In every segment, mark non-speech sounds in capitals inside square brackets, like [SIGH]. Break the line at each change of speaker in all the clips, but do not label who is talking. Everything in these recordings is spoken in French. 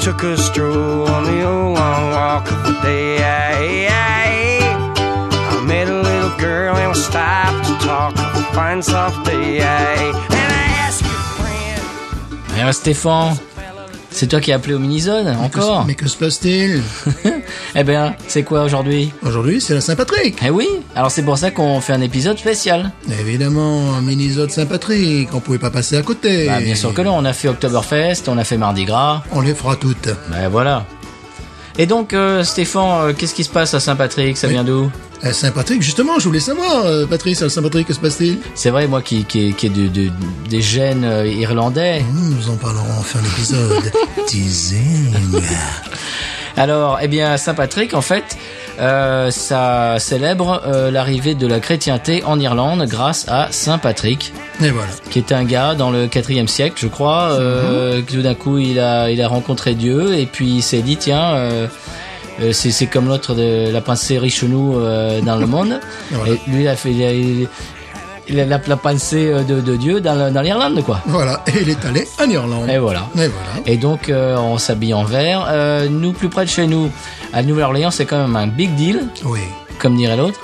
took a stroll on the old long walk of the day. I met a little girl and we stopped to talk of a fine soft day. And I asked your friend,
Alors Eh ben, Stéphane,
fellow,
c'est toi qui as appelé au Minizone, encore
Mais que se passe-t-il
[LAUGHS] Eh bien, c'est quoi aujourd'hui
Aujourd'hui, c'est la Saint-Patrick.
Eh oui, alors c'est pour ça qu'on fait un épisode spécial.
Évidemment, un mini-zode Saint-Patrick, on pouvait pas passer à côté.
Bah, bien sûr que non, on a fait Oktoberfest, on a fait Mardi Gras,
On les fera toutes.
ben voilà. Et donc, euh, Stéphane, euh, qu'est-ce qui se passe à Saint-Patrick Ça
Oui.
vient d'où
À Euh, Saint-Patrick, justement, je voulais savoir, euh, Patrice, à la Saint-Patrick, que se passe-t-il
C'est vrai, moi qui, qui, qui ai du- du- des gènes euh, irlandais.
Hum, Nous en parlerons en fin
[LAUGHS]
d'épisode. Teasing.
Alors, eh bien, Saint-Patrick, en fait, euh, ça célèbre euh, l'arrivée de la chrétienté en Irlande grâce à Saint-Patrick.
Et voilà.
qui était un gars dans le 4 siècle, je crois. Euh, que Tout d'un coup, il a, il a rencontré Dieu et puis il s'est dit tiens, euh, euh, c'est c'est comme l'autre de la pensée Richenou euh, dans le monde.
Voilà.
Et lui, il a fait. il a- il- il a la, la pensée euh, de, de Dieu dans le- dans l'Irlande, quoi.
Voilà, et il est allé en Irlande.
Et voilà.
Et voilà.
Et donc, euh, on s'habille en vert. Euh, nous, plus près de chez nous, à Nouvelle-Orléans, c'est quand même un big deal
Oui.
comme dirait l'autre,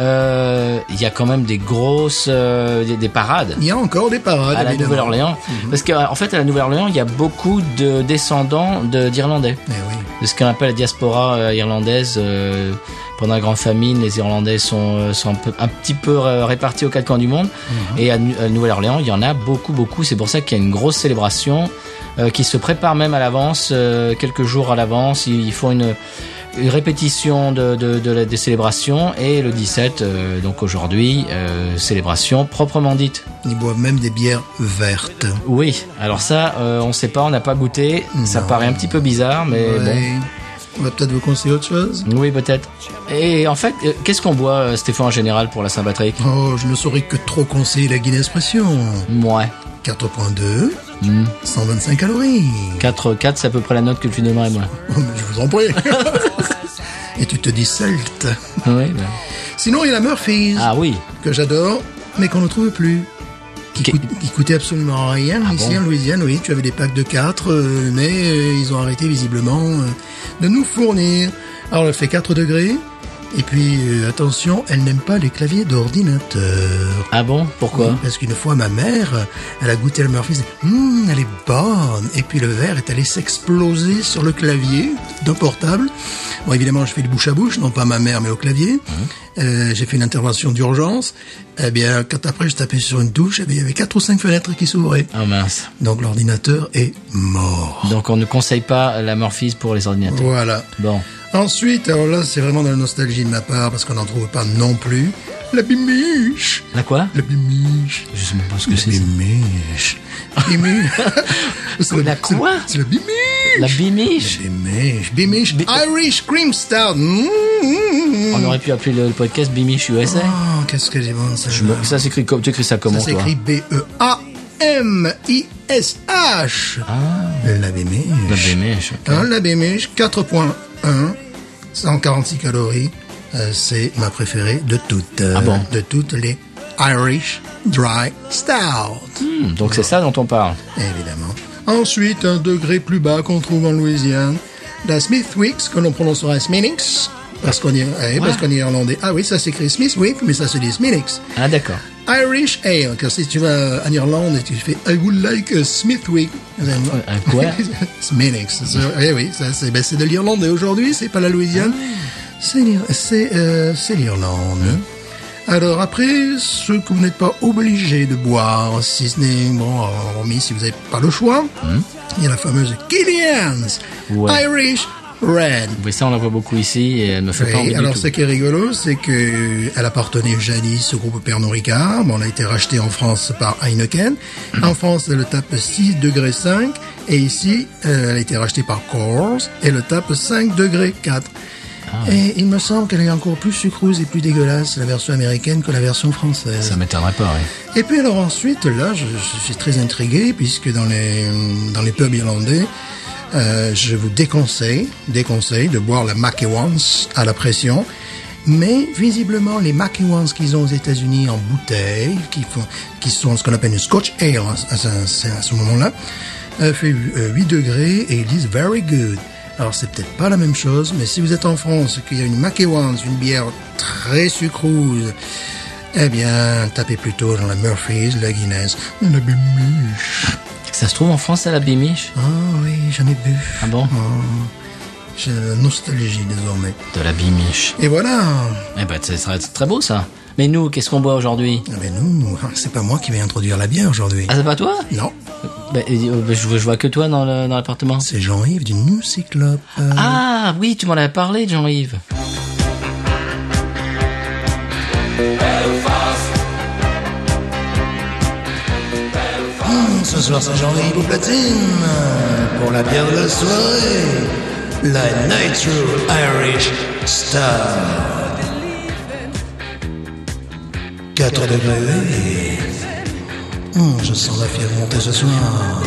Euh, il y a quand même des grosses euh, des, des parades
Il y a encore des parades,
à la
évidemment.
Nouvelle-Orléans, parce qu'en fait à la Nouvelle-Orléans il y a beaucoup de descendants de- d'Irlandais,
Eh oui.
de, ce qu'on appelle la diaspora euh, irlandaise. euh, pendant la grande famine, les Irlandais sont, euh, sont un, peu- un petit peu euh, répartis aux quatre coins du monde, et à, Nu- à Nouvelle-Orléans il y en a beaucoup beaucoup. C'est pour ça qu'il y a une grosse célébration euh, qui se prépare même à l'avance, euh, quelques jours à l'avance. Ils, ils font une, une répétition de, de, de la- des célébrations et le 17, euh, donc aujourd'hui, euh, célébration proprement dite.
Ils boivent même des bières vertes.
Oui, alors ça, euh, on sait pas, on n'a pas goûté. Ça
Non.
paraît un petit peu bizarre, mais
Ouais. On va peut-être vous conseiller autre chose
bon. Oui, peut-être. Et en fait, euh, qu'est-ce qu'on boit, euh, Stéphane, en général, pour la Saint-Patrick
Oh, je ne saurais que trop conseiller la Guinness Pression.
Ouais.
4.2,
Hmm.
125 calories.
4, 4, c'est à peu près la note que tu donnerais, moi.
Oh, mais Je vous en prie. Et tu te dis salte.
[LAUGHS] Oui, ben.
Sinon, il y a la Murphy's,
Ah oui.
que j'adore, mais qu'on ne trouve plus. Qui,
Qui-
coûte- qui coûtait absolument rien ici
Ah bon
en Louisiane, oui. Tu avais des packs de 4, mais euh, ils ont arrêté visiblement euh, de nous fournir. Alors, elle fait 4 degrés. Et puis, euh, attention, elle n'aime pas les claviers d'ordinateur.
Ah bon Pourquoi
Oui, Parce qu'une fois, ma mère, elle a goûté le Murphy's, Hum, elle est bonne. Et puis le verre est allé s'exploser sur le clavier d'un portable. Bon, évidemment, je fais du bouche à bouche, non pas à ma mère, mais au clavier. Euh, j'ai fait une intervention d'urgence. Eh bien, quand après, je tapais sur une douche, eh bien, il y avait quatre ou cinq fenêtres qui s'ouvraient.
Ah mince.
Donc l'ordinateur est mort.
Donc on ne conseille pas la Morphise pour les ordinateurs.
Voilà.
Bon.
Ensuite, alors là, c'est vraiment de la nostalgie de ma part, parce qu'on n'en trouve pas non plus. La bimiche
La quoi
La bimiche
Je sais même pas ce que c'est.
Bimiche.
[LAUGHS]
Bimiche. C'est
La
c'est
quoi
C'est le bimiche.
La bimiche
Bimiche. Bimiche. Irish Cream Stout. Mmh, mmh, mmh.
On aurait pu appeler le, le podcast Bimiche USA.
Oh, qu'est-ce que j'ai bon ça.
Bon, Ça s'écrit comme tu écris Hmm. ça comment
Ça
toi
s'écrit E B-E-A-M-I-S-H. La bimiche.
Ah. La bimiche. ok.
Hein, la bimiche, 4.1, 146 calories. Euh, c'est ma préférée de toutes. euh,
Ah bon
De toutes les Irish Dry Stout.
Hmm, donc c'est ça dont on parle.
Évidemment. Ensuite, un degré plus bas qu'on trouve en Louisiane, la Smithwick's, que l'on prononcera Smithwick's, parce qu'on est, eh, parce qu'on est irlandais. Ah oui, ça s'écrit Smithwick, mais ça se dit Smithwick's.
Ah d'accord.
Irish Ale, car si tu vas en Irlande et tu fais I would like a Smithwick.
un
[LAUGHS]
quoi
Smithwick's. Eh oui, ça, c'est ben, c'est de l'Irlande. Et aujourd'hui, c'est pas la Louisiane,
Ah.
c'est l'Ir- c'est, euh, c'est l'Irlande. Alors après, ce que vous n'êtes pas obligé de boire, si ce n'est, bon, hormis si vous n'avez pas le choix, il y a la fameuse Killian's
Hein? Ouais.
Irish Red.
Oui, ça on la voit beaucoup ici et elle me fait
Oui,
pas envie
alors
du
ce
tout.
qui est rigolo, c'est que euh, elle appartenait jadis au groupe Pernod Ricard. Bon, elle a été rachetée en France par Heineken. En France, elle tape 6 degrés 5 et ici, euh, elle a été rachetée par Coors et elle tape 5 degrés 4.
Ah.
Et il me semble qu'elle est encore plus sucrose et plus dégueulasse la version américaine que la version française.
Ça m'étonnerait pas. oui.
Et puis alors ensuite, là, je, je suis très intrigué puisque dans les dans les pubs irlandais, euh, je vous déconseille, déconseille de boire la McEwan's à la pression. Mais visiblement, les McEwan's qu'ils ont aux États-Unis en bouteille, qui font, qui sont ce qu'on appelle une Scotch Ale à, ce- à ce- à ce moment-là, euh, fait euh, 8 degrés et ils disent very good. Alors c'est peut-être pas la même chose, mais si vous êtes en France, qu'il y a une Mackewans, une bière très sucrose, eh bien tapez plutôt dans la Murphy's, la Guinness, la Bimbiche.
Ça se trouve en France à la Bémiche
Ah oui, j'en ai bu.
Ah bon
Oh, J'ai la nostalgie désormais.
De la Bémiche.
Et voilà
Eh ben, ce serait très beau ça. Mais nous, qu'est-ce qu'on boit aujourd'hui
Ah ben nous, c'est pas moi qui vais introduire la bière aujourd'hui.
Ah, c'est pas toi
Non,
Bah, euh, bah, je, vois- je vois que toi dans le- dans l'appartement.
c'est Jean-Yves du New Cyclope.
Ah oui, tu m'en avais parlé, Jean-Yves.
Hum, Ce soir, c'est Jean-Yves au platine pour la bière de la soirée. La Nitro Irish Star. 4 degrés. Hum, je sens la fièvre monter ce soir.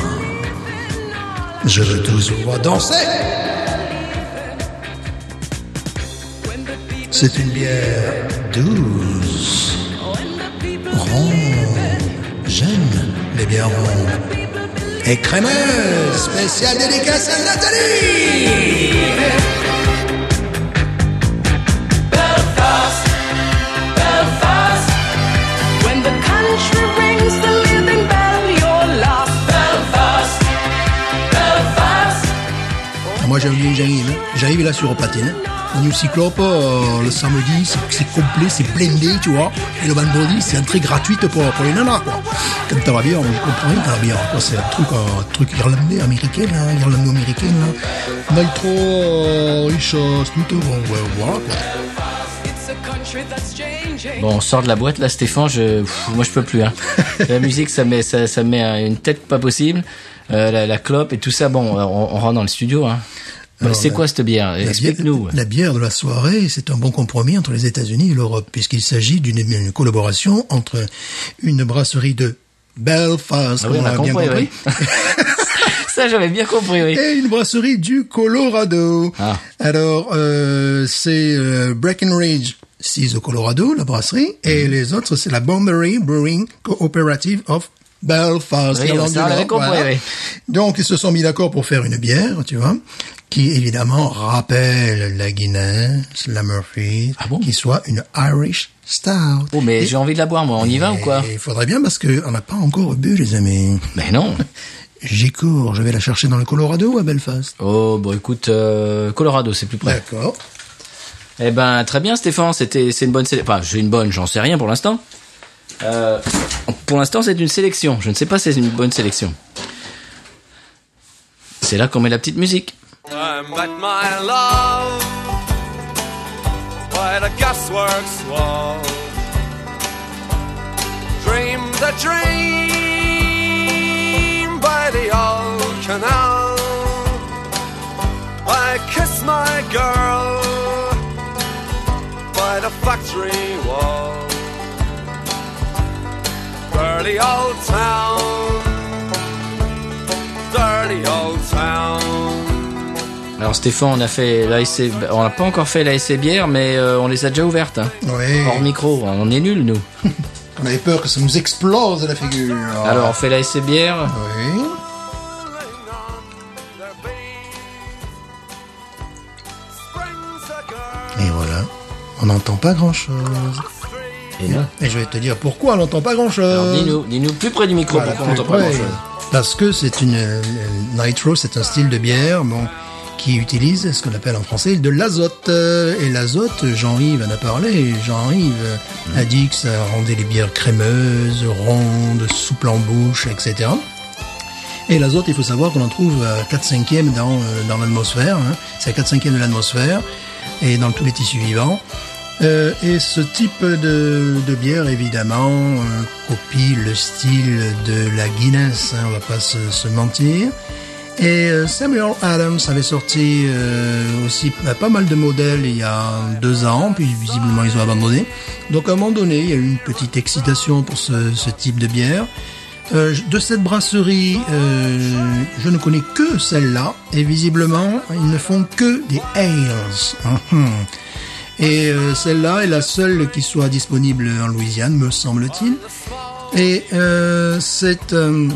Je veux tous vous voir danser. C'est une bière douce, ronde. J'aime les bières rondes. Et crémeuse, spéciale dédicace à Nathalie
Belfast, Belfast. When the country rings the living bell, you're lost. Belfast, Belfast.
Moi j'ai oublié Jean-Yves. hein. Jean-Yves est là sur patine. Le New Cyclope, euh, le samedi, c'est c'est complet, c'est blindé, tu vois. Et le vendredi, c'est entrée gratuite pour, pour les nanas, quoi. Quand t'as la bière, moi, je comprends rien quand la bière. quoi. C'est un truc, euh, un truc irlandais, américain, hein, irlando-américain. Hein. Nitro, euh, Richard, tout bon, ouais, voilà, quoi.
It's a country that's changing.
Bon, on sort de la boîte là, Stéphane. Je, pff, moi, je peux plus.
[LAUGHS]
Hein. la musique, ça met, ça, ça met euh, une tête pas possible. Euh, la, la clope et tout ça. Bon, on, on rentre dans le studio. Hein. Bah,
Alors,
c'est
la-
quoi cette bière
La bière-
Explique-nous.
La bière de la soirée, c'est un bon compromis entre les États-Unis et l'Europe, puisqu'il s'agit d'une une collaboration entre une brasserie de Belfast,
Ah oui,
on
on a
l'a
compris. oui. [LAUGHS] ça, j'avais bien compris. Oui.
et une brasserie du Colorado.
Ah.
Alors, euh, c'est euh, Breckenridge. 6 au Colorado, la brasserie, et
Mhm.
les autres, c'est la Bombery Brewing Cooperative of Belfast.
Oui,
l'Irlande
ça, on
du
l'avait
Nord,
compris, oui.
Donc, ils se sont mis d'accord pour faire une bière, tu vois, qui évidemment rappelle la Guinness, la Murphy,
Ah bon
qui soit une Irish Stout.
Oh, mais
Et-
j'ai envie de la boire, moi. On y va ou quoi
et Il faudrait bien parce qu'on n'a pas encore bu, les amis.
Ben non.
J'ai cours, je vais la chercher dans le Colorado à Belfast.
Oh, bon, écoute, euh, Colorado, c'est plus près.
D'accord.
Eh ben, très bien, Stéphane. C'était, c'est une bonne sélection. Enfin, j'ai une bonne, j'en sais rien pour l'instant. Euh, pour l'instant, c'est une sélection. Je ne sais pas si c'est une bonne sélection. C'est là qu'on met la petite musique.
I met my love by the gasworks wall. Dreamed the dream by the old canal. I kissed my girl by the factory wall. Dirty old town, dirty old town.
Alors, Stéphane, on a fait la SC... on n'a pas encore fait la SC bière, mais euh, on les a déjà ouvertes. hein.
Ouais.
Hors micro, on est nuls, nous.
On avait peur que ça nous explose la figure. Ah,
Alors, on fait la SC bière.
Oui. [LAUGHS] Et voilà. On n'entend pas grand chose.
Et non.
Et je vais te dire pourquoi on n'entend pas grand
Alors,
chose.
dis-nous, dis-nous plus près du micro pour qu'on n'entende pas grand-chose.
Parce que c'est une euh, nitro, c'est un style de bière bon, qui utilise ce qu'on appelle en français de l'azote. Euh, Et l'azote, Jean-Yves en a parlé. Jean-Yves euh, a dit que ça rendait les bières crémeuses, rondes, souples en bouche, etc. Et l'azote, il faut savoir qu'on en trouve à 4 cinquièmes dans, euh, dans l'atmosphère. hein. C'est à 4 cinquièmes de l'atmosphère et dans tous les tissus vivants. Euh, et ce type de, de bière, évidemment, euh, copie le style de la Guinness, hein, on va pas se, se mentir. Et euh, Samuel Adams avait sorti euh, aussi euh, pas mal de modèles il y a deux ans, puis visiblement ils ont abandonné. Donc à un moment donné, il y a eu une petite excitation pour ce, ce type de bière. Euh, je- de cette brasserie, euh, je ne connais que celle-là, et visiblement, ils ne font que des ales. Mhm. Et euh, celle-là est la seule qui soit disponible en Louisiane, me semble-t-il. Et euh, c'est euh,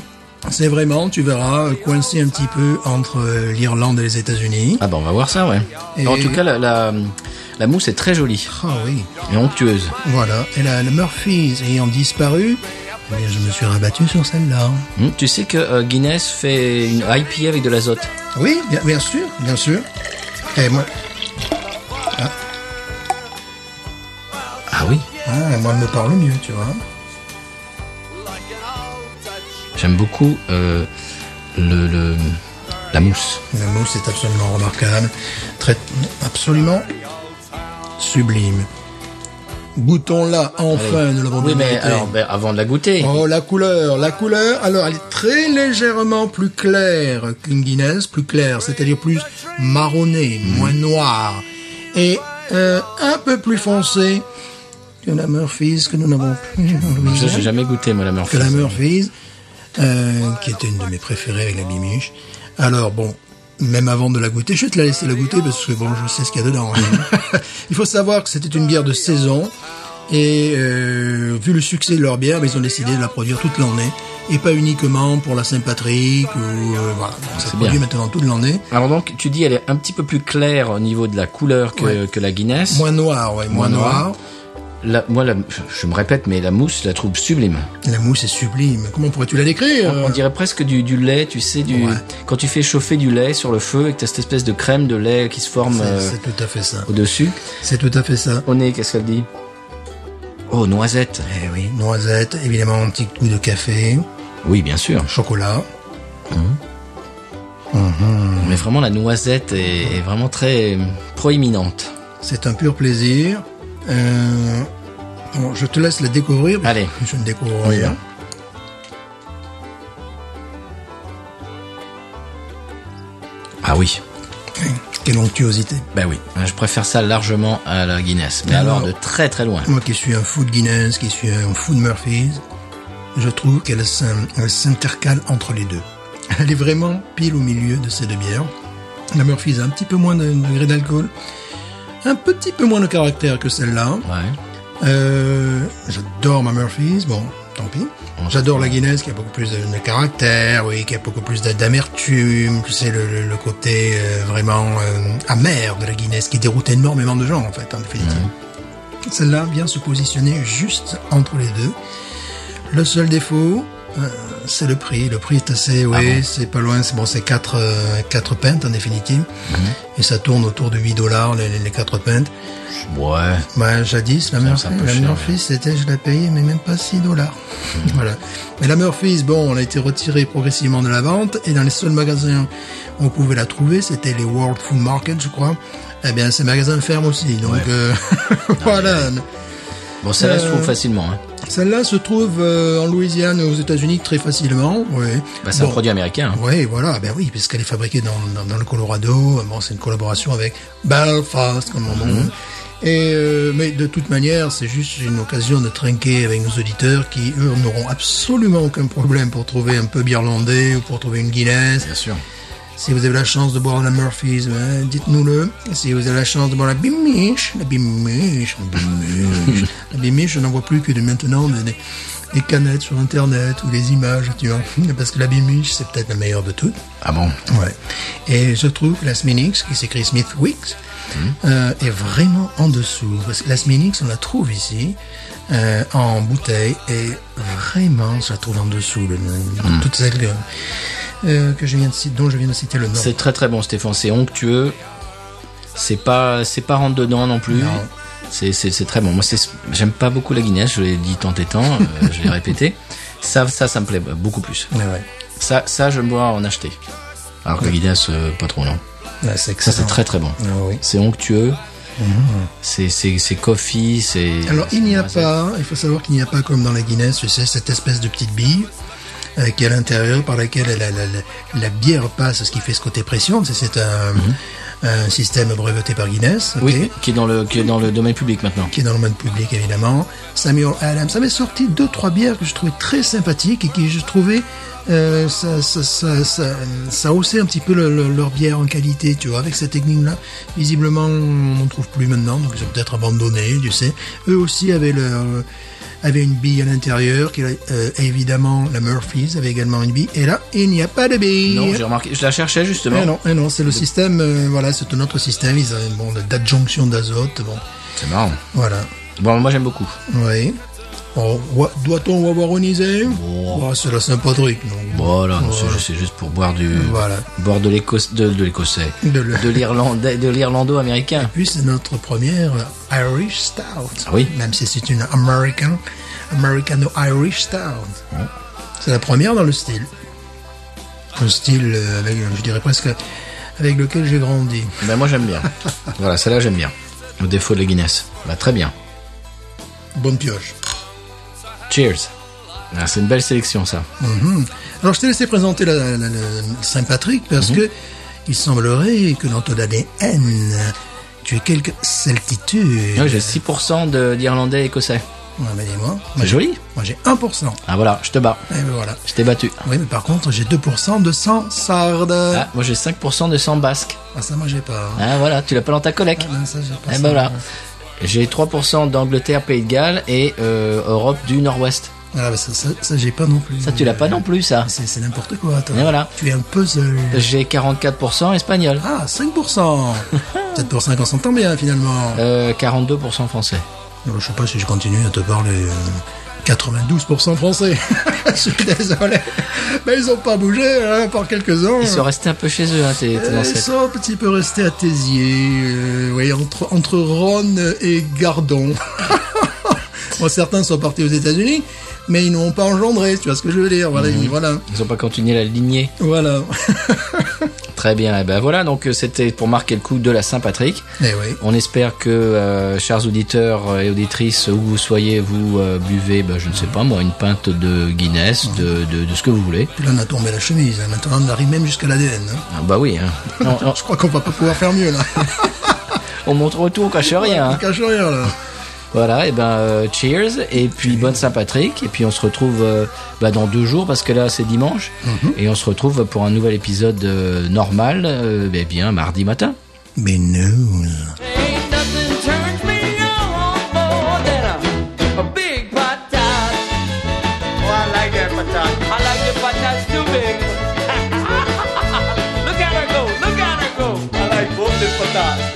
C'est vraiment, tu verras, coincé un petit peu entre euh, l'Irlande et les États-Unis.
Ah bah on va voir ça, ouais.
Et-
En tout cas, la, la, la mousse est très jolie
Ah oui.
et onctueuse.
Voilà. Et la, la Murphys ayant disparu, eh bien, je me suis rabattu sur celle-là.
Hum, tu sais que euh, Guinness fait une IPA avec de l'azote.
Oui, bien, bien sûr, bien sûr. Et moi,
Ah oui
ah, moi, elle me parle mieux, tu vois.
J'aime beaucoup euh, le, le- la mousse.
La mousse est absolument remarquable, très, absolument sublime. Goûtons-la enfin, nous l'avons
Oui,
bien
mais
mérité.
alors, ben, avant de la goûter.
Oh, la couleur, la couleur. Alors, elle est très légèrement plus claire qu'une Guinness, plus claire, c'est-à-dire plus marronnée,
Hmm.
moins noire, et euh, un peu plus foncée que la Murphy's que nous n'avons plus. Louis.
Je n'ai jamais goûté, moi, la
que
Murphy's.
la Murphy's, euh, qui était une de mes préférées avec la Bimiche. Alors bon, même avant de la goûter, je vais te la laisser la goûter parce que bon, je sais ce qu'il y a dedans.
Mhm.
hein. [LAUGHS] Il faut savoir que c'était une bière de saison et euh, vu le succès de leur bière, bah, ils ont décidé de la produire toute l'année et pas uniquement pour la Saint-Patrick ou euh, voilà. Donc, ça
C'est
se produit
bien.
maintenant toute l'année.
Alors donc, tu dis elle est un petit peu plus claire au niveau de la couleur que, que la Guinness.
Moins noir, ouais, moins,
Moins noir.
noir.
La- moi, la- je me répète, mais la mousse, je la trouve sublime.
La mousse est sublime. Comment pourrais-tu la décrire
On, on dirait presque du, du lait, tu sais, du
Ouais.
quand tu fais chauffer du lait sur le feu et que t'as cette espèce de crème de lait qui se forme
C'est
euh,
c'est tout à fait ça.
au-dessus.
C'est tout à fait ça.
Au nez, qu'est-ce qu'elle dit Oh, noisette.
Eh oui, noisette, évidemment un petit coup de café,
Oui, bien sûr.
chocolat.
Mais vraiment, la noisette est, est vraiment très euh, proéminente.
C'est un pur plaisir. Euh, bon, je te laisse la découvrir.
Allez.
Je ne découvre
On y
rien.
va. Ah oui.
Quelle onctuosité.
Ben oui. Je préfère ça largement à la Guinness. Mais
Alors-
alors, de très très loin.
Moi qui suis un fou de Guinness, qui suis un fou de Murphy's, je trouve qu'elle s'in- elle s'intercale entre les deux. [LAUGHS] Elle est vraiment pile au milieu de ces deux bières. La Murphy's a un petit peu moins de degré d'alcool, un petit peu moins de caractère que celle-là.
Ouais.
Euh, j'adore ma Murphy's, bon, tant pis. J'adore la Guinness qui a beaucoup plus de, de caractère, oui, qui a beaucoup plus d'a- d'amertume. Tu sais, le, le- le côté euh, vraiment euh, amer de la Guinness qui déroute énormément de gens, en fait, en définitive. Celle-là vient se positionner juste entre les deux. Le seul défaut, euh, c'est le prix. Le prix est assez, oui, c'est pas loin, c'est bon, c'est 4 quatre pintes en définitive. Et ça tourne autour de 8 dollars les, les, les quatre pintes.
Ouais.
Bah, jadis,
Ça, c'est
la Murphy,
un peu
la
cher, Hmm.
Murphy, c'était, je la payais, mais même pas 6 dollars. voilà. Mais la Murphy's, bon, elle a été retirée progressivement de la vente, et dans les seuls magasins où on pouvait la trouver, c'était les World Food Market, je crois. Eh bien, ces magasins ferment aussi, donc,
[LAUGHS]
euh, [LAUGHS] voilà.
Bon, celle-là se trouve
Euh,
facilement. Hein.
Celle-là se trouve euh, en Louisiane, aux États-Unis, très facilement, oui.
Bah, c'est un produit américain. hein.
Oui, voilà, ben oui, puisqu'elle est fabriquée dans, dans, dans le Colorado. Bon, c'est une collaboration avec Belfast, comme on dit. Et euh, mais de toute manière, c'est juste une occasion de trinquer avec nos auditeurs qui eux n'auront absolument aucun problème pour trouver un peu irlandais ou pour trouver une Guinness.
Bien sûr.
Si vous avez la chance de boire la Murphy's, ben, dites-nous-le. Si vous avez la chance de boire la Bimiche, la Bimiche, la Bimiche, la Bimiche, je n'en vois plus que de maintenant des, des- des canettes sur Internet ou des images, tu vois. Parce que la Bimiche, c'est peut-être la meilleure de toutes.
Ah bon
Ouais. Et je trouve que la Sminix, qui s'écrit Smith Wicks,
Hmm.
euh, est vraiment en dessous. Parce que la Sminix, on la trouve ici, euh, en bouteille, et vraiment, je la trouve en dessous. Le,
Hmm.
le- Toutes celles que, euh, que je viens de, citer- dont je viens de citer le nom.
C'est très très bon, Stéphane. C'est onctueux. C'est pas, c'est pas rentre dedans non plus.
Non.
C'est, c'est, c'est très bon. Moi, c'est, j'aime pas beaucoup la Guinness. Je l'ai dit tant et tant.
[LAUGHS]
euh, je l'ai répété. Ça, ça, ça me plaît beaucoup plus.
Ouais, ouais.
Ça, ça, je me vois en acheter. Alors que la Guinness, euh, pas trop non.
Là, c'est
Ça,
excellent.
c'est très très bon.
Ah oui.
C'est onctueux. C'est, c'est, c'est coffee. C'est.
Mm-hmm. Alors,
c'est
il n'y a
noisette.
pas, il faut savoir qu'il n'y a pas comme dans la Guinness, tu sais, cette espèce de petite bille euh, qui est à l'intérieur par laquelle la, la, la- la bière passe, ce qui fait ce côté pression. C'est- C'est un, un système breveté par Guinness. ok,
Mhm. Oui, qui est dans le, qui est dans le domaine public maintenant.
qui est dans le mode public évidemment. Samuel Adams avait sorti deux trois bières que je trouvais très sympathiques et qui je trouvais euh, ça, ça, ça, ça, ça haussait un petit peu le- le- leur bière en qualité, tu vois, avec cette technique-là. Visiblement, on n'en trouve plus maintenant, donc ils ont peut-être abandonné, tu sais. Eux aussi avaient leur, avait une bille à l'intérieur. qui est, euh, évidemment, la Murphy's avait également une bille. Et là, il n'y a pas de bille.
Non, j'ai remarqué. Je la cherchais justement.
Eh non, eh non, c'est le système, euh, voilà, c'est un autre système. Ils ont bon, d'adjonction d'azote, bon,
C'est marrant.
voilà,
Bon, moi j'aime beaucoup.
oui. Bon, wa- doit-on wawaroniser Oh, C'est la sympa truc, non Oh.
Voilà, non, c'est- c'est juste pour boire du.
Voilà.
Boire de l'Écosse, de, de l'Écossais.
De le-
De l'Irlandais, de l'Irlando-américain.
Puis c'est notre première euh, Irish Stout.
Ah oui.
Même si c'est une American, Americano-Irish Stout.
Oh.
C'est la première dans le style. Un style euh, avec, je dirais presque, avec lequel j'ai grandi.
Ben moi
[LAUGHS]
j'aime bien. voilà, celle-là j'aime bien. Au défaut de la Guinness. Bah très bien.
Bonne pioche.
Cheers. Ah, c'est une belle sélection ça.
Mhm. Alors, je t'ai laissé présenter la, la- la- la Saint-Patrick parce
Mhm.
que il semblerait que dans ton ADN, tu aies quelques celtitudes.
Ouais, J'ai 6% de- d'Irlandais écossais.
Ouais, mais dis-moi.
C'est
Moi, j'ai-
joli.
Moi, j'ai 1%.
Ah voilà, je te bats.
Et ben voilà.
Je t'ai battu.
Oui, mais par contre, j'ai 2% de sang sarde.
Ah, moi j'ai 5% de sang basque.
Ah, ça, moi, j'ai pas. hein.
Ah voilà, tu l'as pas dans ta collecte.
Ah, non, ça, j'ai pas
Eh
ça.
ben voilà. J'ai 3% d'Angleterre, Pays de Galles et euh, Europe du Nord-Ouest.
Ah, bah, ça, ça, ça, j'ai pas non plus. Ah,
Ça, tu l'as pas non plus, ça.
C'est c'est n'importe quoi, toi.
Et voilà. Euh.
Tu es un puzzle.
J'ai 44% espagnol, [LAUGHS]
Ah, 5%. 7% qu'on s'entend bien, finalement.
euh, 42% français.
Je sais pas si je continue à te parler. euh, 92% français. [LAUGHS] je suis désolé. Mais ils ont pas bougé, hein, par quelques-uns.
Ils sont restés un peu chez eux, hein, tes, tes
Euh, Ils
ancêtres.
sont un petit peu restés à Téziers, euh, oui, entre, entre Rhône et Gardon. [LAUGHS] bon, certains sont partis aux États-Unis, mais ils n'ont pas engendré, tu vois ce que je veux dire. Voilà.
Mmh.
ils- voilà.
Ils ont pas continué la lignée.
voilà.
Très bien. Et ben voilà, donc euh, c'était pour marquer le coup de la Saint-Patrick.
Eh oui.
On espère que, euh, chers auditeurs et auditrices, où vous soyez, vous euh, buvez, ben, je ne sais pas moi, une pinte de Guinness, de, de, de ce que vous voulez.
Puis là, on a tombé la chemise. hein. Maintenant, on arrive même jusqu'à l'ADN. hein.
Ah, bah
[LAUGHS]
oui, hein. Non, non,
Je crois qu'on va pas pouvoir faire mieux, là. [LAUGHS]
on montre autour, on cache rien. hein.
On cache rien, là.
Voilà, et ben euh, cheers, et puis bonne Saint-Patrick, et puis on se retrouve euh, bah, dans deux jours, parce que là c'est dimanche,
Mm-hmm.
et on se retrouve pour un nouvel épisode euh, normal, euh, eh bien mardi matin.
Mais news.
Ain't nothing turns me on more than a, a big patat. Oh, I like that patat. I like the patats too big. [LAUGHS] look at her go, look at her go. I like both the [LAUGHS] patats.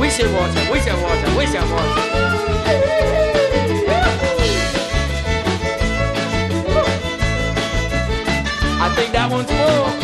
we should watch her, we should watch her, we should watch her. I think that one's full.